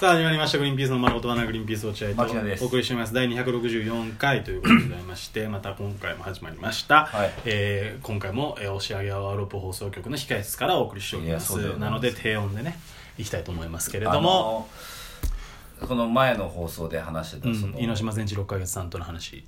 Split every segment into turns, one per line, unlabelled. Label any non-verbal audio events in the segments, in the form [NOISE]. さあ始まりました「グリーンピースの丸言花グリーンピース落合」
牧野で
と
す
お送りしております第264回ということでございましてまた今回も始まりました、
はい
えー今回も、えー、押上アワーロップ放送局の控え室からお送りしておりま
いやそう
す
だよね
なので低音でねいきたいと思いますけれども、
あのこの前の放送で話して
う
たそ
ん、
の
猪島善治六ヶ月さんとの話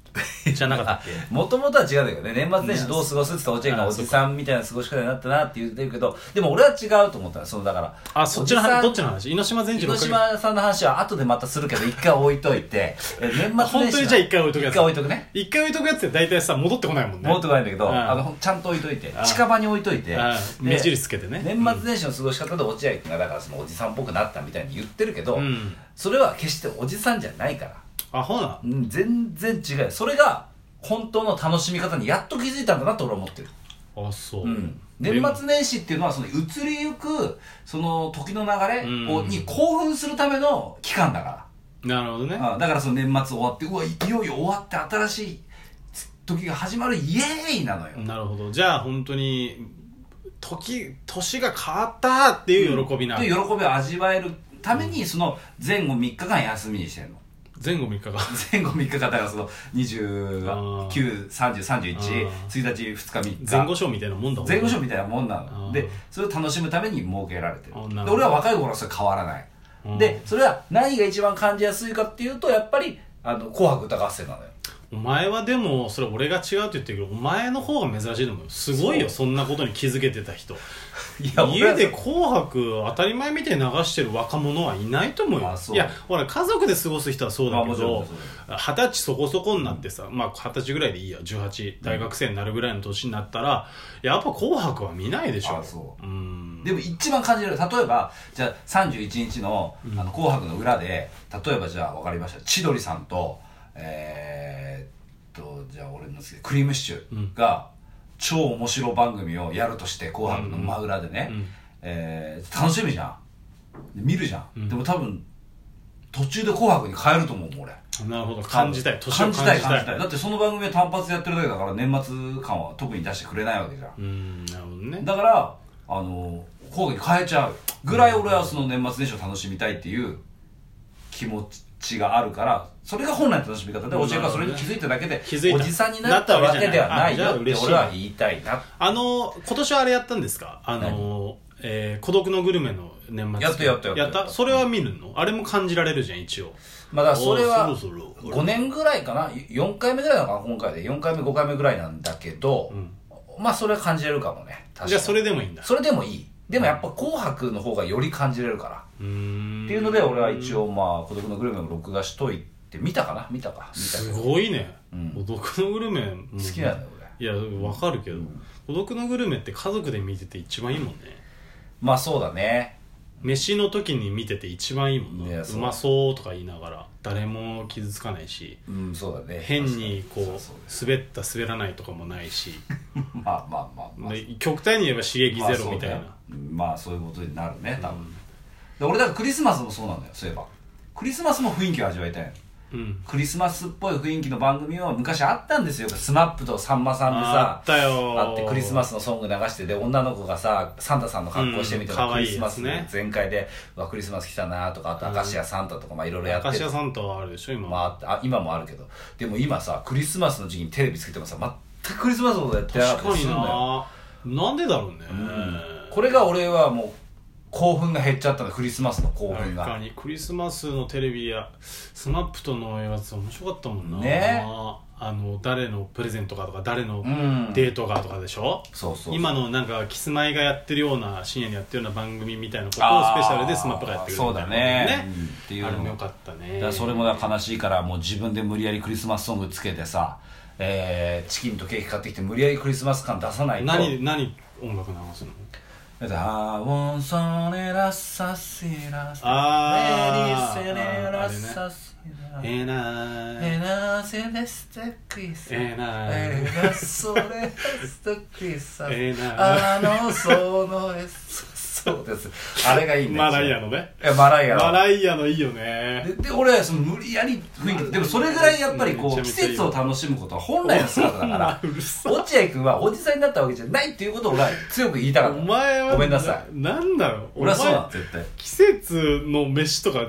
じゃなかったっけ
もともとは違うんだけどね年末年始どう過ごすって言ったら落合がおじさんみたいな過ごし方になったなって言ってるけどでも俺は違うと思ったのそのだから
あそっちの話どっち
の
の話猪島善治六
広
ヶ月
島さんの話は後でまたするけど一回置いといてえ年末年始の
本当にじゃあ一回置いとくやつ
一回置いとくね
一回置いとくやつって大体さ戻ってこないもんね
戻ってこないんだけど、
うん
あのちゃんと置いといて
うん
近場に置いといて、
うん
で
目印つけてね
年末年始の過ごし方で落合君がだからそのおじさんっぽくなったみたいに言ってるけど、
うん
それは決しておじさんじゃないから
あほな
うん全然違うよそれが本当の楽しみ方にやっと気づいたんだなと俺は思ってる、
あそう、
うん、
で
年末年始っていうのはその移りゆくその時の流れを
うん
に興奮するための期間だか
なるほどね
ら、うんだからその年末終わってうわいいよいよ終わって新しい時が始まるイエーイなのよ、
なるほどじゃあ本当に時年が変わったっていう喜びな、
という喜びを味わえるためにその前後3日間休みにしてんの [LAUGHS]
前後3日が
前後3日間だからその
あー
293031日2日3日
前後賞みたいなもんだもんね
前後賞みたいなもんな
あー
のでそれを楽しむために設けられて
あな
る
るほど
で俺は若い頃はそれ変わらない、
うん
でそれは何が一番感じやすいかっていうとやっぱり「あの紅白歌合戦」なのよ
お前はでもそれ俺が違うって言ってるけどお前の方が珍しいと思うよすごいよそんなことに気づけてた人
い
家で「紅白」当たり前みたいに流してる若者はいないと思うよ
あそう
いやほら家族で過ごす人はそうだ
まあ
け
もちろん
ど
もち
二十歳そこそこになってさまあ二十歳ぐらいでいいや18大学生になるぐらいの年になったらやっぱ「紅白」は見ないでしょ
あそう
うん
でも一番感じられる例えばじゃあ31日の「あの紅白」の裏で例えばじゃあ分かりました千鳥さんとえー、っとじゃあ俺の好きなクリームシチューが超面白番組をやるとして「紅白」の真裏でね、
うん
えー楽しみじゃん見るじゃん、でも多分途中で「紅白」に変えると思うもん俺
なるほど感じたい年を感
感
じた
じた
い
い感じたいだってその番組は単発でやってるだけだから年末感は特に出してくれないわけじゃん
うんなるほどね
だからあの工具に変えちゃうぐらい俺はその年末年始を楽しみたいっていう気持ちがあるからそれが本来の楽しみ方でおじがそれに気づいただけで
気づいた
おじさんになったわけではないよ
なったわ
っ
けじ
て
ゃないあ
俺は言いたいな
あの今年はあれやったんですかあの、えー孤独のグルメの年末
やったやったやった
やったそれは見るのあれも感じられるじゃん一応
まあだからそれは
おーそろそろ
5年ぐらいかな4回目ぐらいなのかな今回で4回目5回目ぐらいなんだけど、まあそれは感じれるかもね確かに
じゃあそれでもいいんだ
それでもいいでもやっぱ「紅白」の方がより感じれるから
うーん
っていうので俺は一応まあ「孤独のグルメ」も録画しといて見たかな見たか見た
す
けど
ごいね、
うん
孤独のグルメ好
好きなんだよ俺
いやわかるけど、孤独のグルメって家族で見てて一番いいもんね
まあそうだね
飯の時に見てて一番いいもん
い
ね
や
う
そう
まそうとか言いながら誰も傷つかないし
うんそうだね
変にこう
そうそう
滑った滑らないとかもないし、
まあまあ [LAUGHS] まあ
[LAUGHS]
まあ
で極端に言えば刺激
まあ
ゼロみたいな、
そうねまあそういうことになるね多分で俺だからクリスマスもそうなんだよそういえばクリスマスも雰囲気を味わいたいの
うん
クリスマスっぽい雰囲気の番組は昔あったんですよスマップとさんまさんで
あ
さ
ったよ
あってクリスマスのソング流してで女の子がさサンタさんの格好してみたいな、
うん可
ク
愛い
リスマスの
やつね
全開で「うわクリスマス来たな」とかあと「明石家サンタ」とかまあいろいろやって
明石
て
家さんとはあるでしょ今、
まああってあ今もあるけどでも今さクリスマスの時期にテレビつけてもさ全くクリスマスのことやってなかっ
確
たり
か
す
に
るんだよ
ななんでだろうね、
これが俺はもう興奮が減っちゃったのクリスマスの興奮
確か
が
にクリスマスのテレビやスマップとのやつ面白かったもんな
ね
あの誰のプレゼントかとか誰の
うん
デートかとかでしょ、
そうそう
今のなんかキスマイがやってるような深夜にやってるような番組みたいなことをス
あー
ペシャルでスマップがやってくるみたいな
そうだね
ね
うんっていうの
あ
も
れもよかったね
だからそれもだから悲しいからもう自分で無理やりクリスマスソングつけてさ、えーチキンとケーキ買ってきて無理やりクリスマス感出さないと
何何音楽流すの
だって「あーンソネラサシラサ
あー
メリーセネラサシラ
ええなー
エナセレスタクリス
えな
エナソレスタクリス
えな
あのそのエスそうですあれがいいね
マライアのね
いやマライアの
マライアのいいよね
でで俺はその無理やり雰囲気でもそれぐらいやっぱりこ
め
う
ち
季
ゃめちゃいい
節を楽しむことは本来の姿だから
うるさ
落合君はおじさんになったわけじゃないっていうことを俺は強く言いたか
[LAUGHS] お
った
前は
ごめんなさい
なんだろう
俺はそうだ絶対
季節の飯とか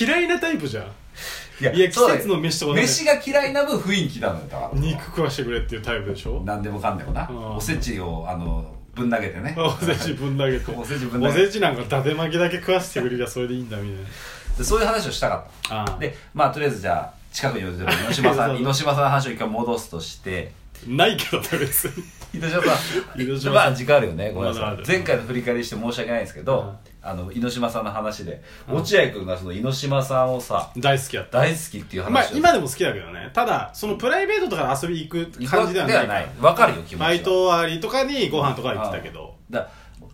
嫌いなタイプじゃん
い
いや季
そうだよ
節の飯とかね
飯が嫌いな分雰囲気なのよだから
肉食わしてくれっていうタイプでし
[LAUGHS]
ょ
なんでもかんでもな
うん
おせちをあのぶん投げて
[LAUGHS]
ね
おせちぶん投げて
おせちぶん投げて
おせちなんか伊達巻きだけ食わしてくれりゃそれでいいんだみ
で [LAUGHS] そういう話をしたかった
たいなああ
でまあとりあえずじゃあ近くに寄せてる猪島さ
[LAUGHS] そ
ん
う
猪島さんの話を一回戻すとして
ないけどね別に
猪島 [LAUGHS] さん
猪島さん
まあ時間あるよねごめんな
まだあ
さ
る
い前回の振り返りして申し訳ないんですけど、あの猪島さんの話で落合君がその猪島さんをさ
大好きやった
大好きっていう話を
まあ今でも好きだけどねただそのプライベートとかで遊び行く
行く
感
わ
じ
け
で
で
は
は
ない
ないわかるよ気持ちは
バイト終わりとかにご飯とか行ってたけど
だ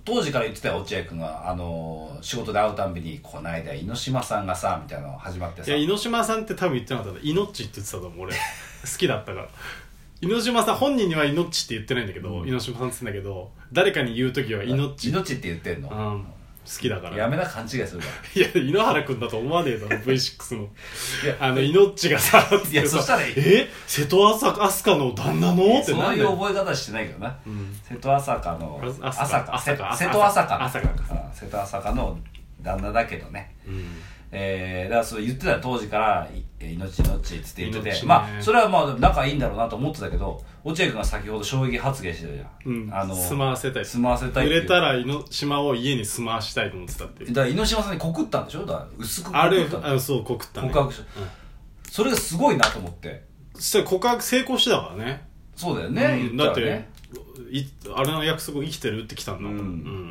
当時から言ってたよ落合君があのー仕事で会うたんびに「こないだ猪島さんがさ」みたいなの始まって
い
さ
や猪島さんって多分言ってなかったイノッチって言ってたと思う俺好きだったから猪島さん本人にはイノッチって言ってないんだけど、猪島さんって言うんだけど誰かに言う時はイノッチ、
猪って言ってん
う
の、
ん、好きだから
やめな勘違いするから
いや、井ノ原君だと思わねえだろ、V6 の [LAUGHS]
いや。
あの、イノッチがさ、
いやそしたら
え瀬戸朝香飛鳥の旦那のって
そ
な
うんい
だ
う
よ。
覚え方してないけどな、
うん
瀬戸朝香の
あ
朝
朝香
香瀬
朝香
瀬戸朝香
朝香か
うん瀬戸朝香の旦那だけどね
うん
えー、だからそう言ってたよ当時からい「えー命命」っつって言ってて、
命ね
まあそれはまあ仲いいんだろうなと思ってたけど落合君が先ほど衝撃発言してたじゃん、
うん、住まわせたい。
住まわせたいっ
売
ていう
れたら、井ノ島を家に住まわしたいと思ってたっていう
だ。から猪島さんに告ったんでしょだから薄く告
あれ
っ、たの
あそう、告ったね。
告白し
う
それがすごいなと思って
んそしたら告白成功してたからね。
そうだよ
う
ね、
ん
言
だ
っ
ったて、
らね
いあれの約束生きてるって来たんだもん。
う
うん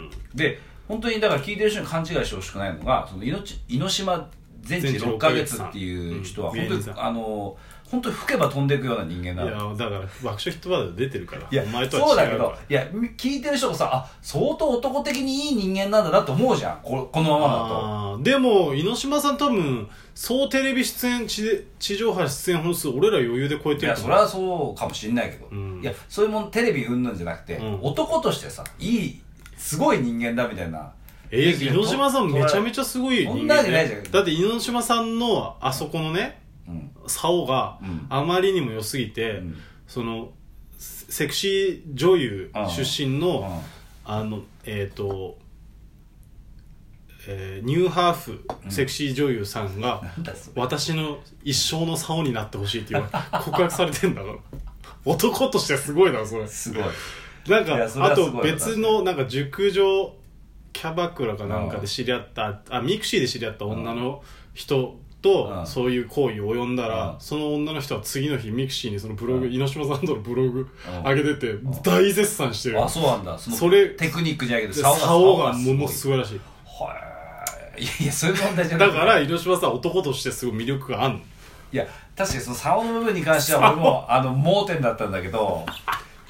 ん。
で本当にだから聞いてる人に勘違いしてほしくないのがその猪猪島全治
全治
6ヶ月っていう人は
うん
本当に、
芸人さん
あの本当に吹けば飛んでいくような人間
い
な
や、
の
だから、爆笑ヒットワードで出てるから。
いや
お前とは違う。
そうだけど、いや、み聞いてる人もさ、あ、相当男的にいい人間なんだなって思うじゃん。ここのままだと。
あーでも猪島さん多分総テレビ出演地で地上波出演本数俺ら余裕で超え
い
てる
や、
と
そ
思
れ
う
はそうかもしれないけど。
うん
いや、そういうもん、テレビうんぬんじゃなくて、
うん
男としてさ、いい、すごい人間だみたいな。
えー猪島さんめちゃめ
ち
ちゃすごい
そ
人
んなわ
間
けないじゃん
だって猪島さんのあそこのね
ゃ。うん。
竿が
うん
あまりにも良すぎて、
うん
そのセセクシー女優出身の、
うん
あのえっ、と、えーニューハーフセクシー女優さん
[LAUGHS]
が、
なんだそれ。
私の一生の竿になってほしいっていう告白されてんだから男としてすごいなそれ
すごい。
なん
いやそれ
かあ
はすご
と
い
別のなんか熟女キャバクラかなんかで知り合ったあミクシーで知り合った女の人
う
と
ん
そういう行為を及んだら
うん
その女の人は次の日ミクシーにそのブログ
うん
猪島さんとのブログ
うん
上げてて大絶賛してる
あ、そうなんだ。その
それ
テクニックじゃないけど、
で
竿が
竿がものす
ごい。
ごいらしい
はい。いやいや、そういう問題じゃない。
だから猪島さんは男としてすごい魅力があんの
いや確かにその竿の部分に関しては俺もあの盲点だったんだけど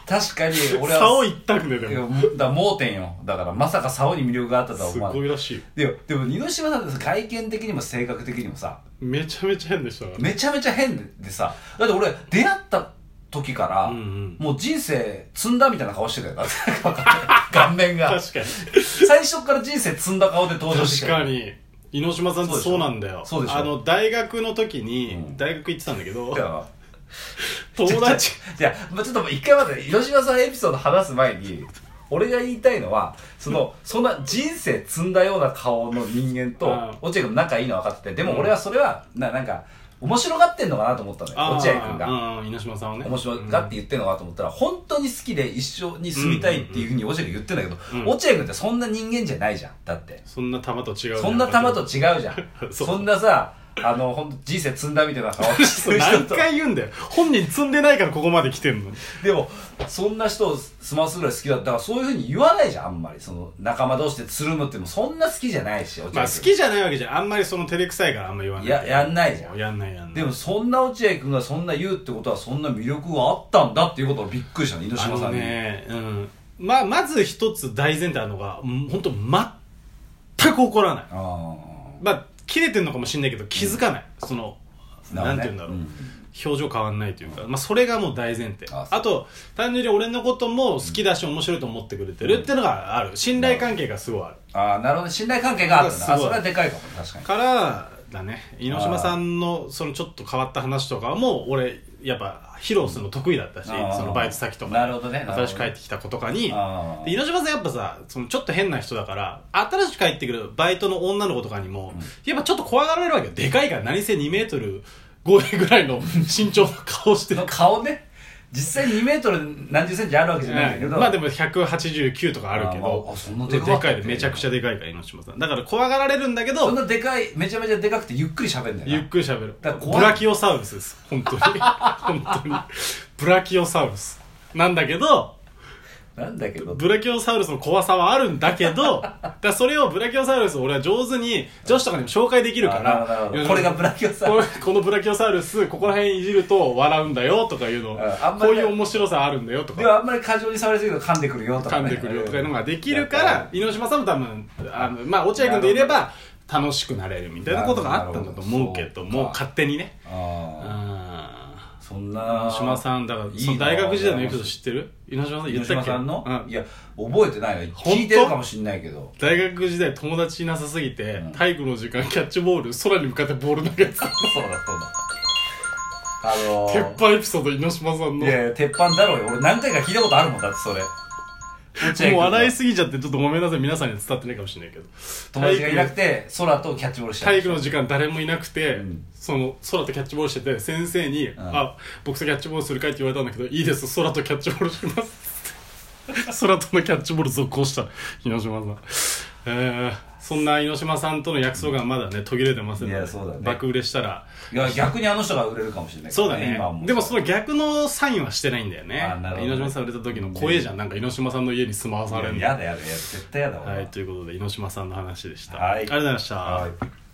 確かに俺は
竿一択でで
いや
も
だから盲点よだからまさか竿に魅力があったとは
す
思わな
ご
い
いらしいよ
でもでも二島さんってさ外見的にも性格的にもさ
めちゃめちゃ変でしたから
めちゃめちゃ変でさだって俺出会った時から、
うんうん
もう人生積んだみたいな顔してたよだって分かんない顔面が
確かに
最初から人生積んだ顔で登場して
確
たよ
かに猪島さんってそうなんだよ
そうでしょ
あの大学の時に、
うん
大学行ってたんだけど
だから
友達
じゃあ、まあ、ちょっともう一回まで、広島さんエピソード話す前に、俺が言いたいのは、その、そんな人生積んだような顔の人間と
うん、
落合君仲いいのは分かってて、で
うん
も俺はそれは、な、なんか、面白がってんのかなと思ったのよ、
あー
落合君が。
うんうん、猪島さんをね
面白がって言ってんのかなと思ったら、本当に好きで一緒に住みたいっていうふうに落合君言ってんだけど
うん、
落合君ってそんな人間じゃないじゃん。だって。
そんな球と違う
そんな玉と違うじゃん。
[LAUGHS] そう
そんなさ、あの、本当人生積んだみたい
[LAUGHS]
な顔してる人
何
と。
回言うんだよ本人積んでないからここまで来てんの
[LAUGHS] でもそんな人を済ますぐらい好きだったからそういうふうに言わないじゃんあんまりその仲間同士でつるむってもそんな好きじゃないし落合君
まあ好きじゃないわけじゃんあんまりその照れくさいからあんま言わない
ややんないじゃん
やんないやんない
でもそんな落合君がそんな言うってことはそんな魅力があったんだっていうことをびっくりしたの猪
あ
島さ
の
んに、
ね、うんまあ、まず一つ大前提あるのが本当全く怒らない
あ
まあ切れてんのかもしんないけど気づかない、その
だから
な
ね
んて言うんだろう、
ん
表情変わんないというか、まあ、それがもう大前提
あ
あ
そう
と単純に俺のことも好きだし面白いと思ってくれてるっていうのがある信頼関係がすごいある
ああなるほど信頼関係があったんだあ
すごい
それはでかいかも確かに
からだね猪島さんのそのちょっと変わった話とかも俺やっぱ披露するの得意だったし
あー
そのバイト先とか
なるほどね
新しく帰って
き
きた子とかに
あー
で猪島さんやっぱさそのちょっと変な人だから新しく帰ってくるバイトの女の子とかにも、やっぱちょっと怖がられるわけよでかいから何せ2メートル5ぐらいの身長の顔してる
の顔ね実際2メートル何十センチあるわけじゃないんだけ
[LAUGHS]
ど、
まあでも189とかあるけ
あまあ
ど
あそんな
で
でかかった
かいでめちゃくちゃでかいから猪島さんだから怖がられるんだけど
そんなでかいめちゃめちゃでかくてゆっくり喋るんだ
ゆ
よ
っくり喋る
だから
ブ
怖い
ラキオサウルスです本
[LAUGHS]
当に本当にブラキオサウルスなんだけど
ななんだけど
ブラキオサウルスの怖さはあるんだけどだからそれをブラキオサウルスを俺は上手に女子とかにも紹介できるか
あなる
ら
ほどこれがブラキオサウ
こ
ル
れこのブラキオサウルスここら辺いじると笑うんだよとかいうの
んあんま
こ
り
ういう面白さあるんだよと
でも
か
あんまり過剰に触りすぎると噛んでくるよとか、
噛ん
ね、
でくるよとかいうのができるから猪島さんも多分あのまあ落合君といれば楽しくなれるみたいなことがあったんだと思うけど
なるほどそ
も
うか
勝手にね
あ
うん
あそんな
猪島さんだから
いいな
その大学時代のエピソード知ってる猪島さん言
猪
ったっ
島
け
さんの、
うん
いや覚えてないわ
本当
聞いてるかもしんないけど
大学時代友達いなさすぎて、
うん
体育の時間キャッチボール空に向かってボール投げてた
そうだそうだあのー、
鉄板エピソード猪島さんの
いやいや鉄板だろうよ俺何回か聞いたことあるもんだってそれ
もう笑い
す
すぎちゃってちょっとごめんなさい皆さんには伝わってないかもしれないけど
友達がいなくて空とキャッチボールした
体育の時間誰もいなくて、
うん
その空とキャッチボールしてて先生に「あ僕とキャッチボールするかい?」って言われたんだけど「いいです空とキャッチボールします」 [LAUGHS] 空とのキャッチボール続行した猪島さんえー、そんな猪島さんとの約束がまだね途切れてませんので
いやそうだね
爆売れしたら
いや逆にあの人が売れるかもしれないけ
そう
ど
だね
今はもう
でもその逆のサインはしてないんだよね
あなるほどね
猪島さん売れた時の怖えじゃんなんか猪島さんの家に住まわされる
い
の
ややだやだやだ絶対やだわ
はいということで猪島さんの話でした、
は
あ
い
りがとうございました、
はい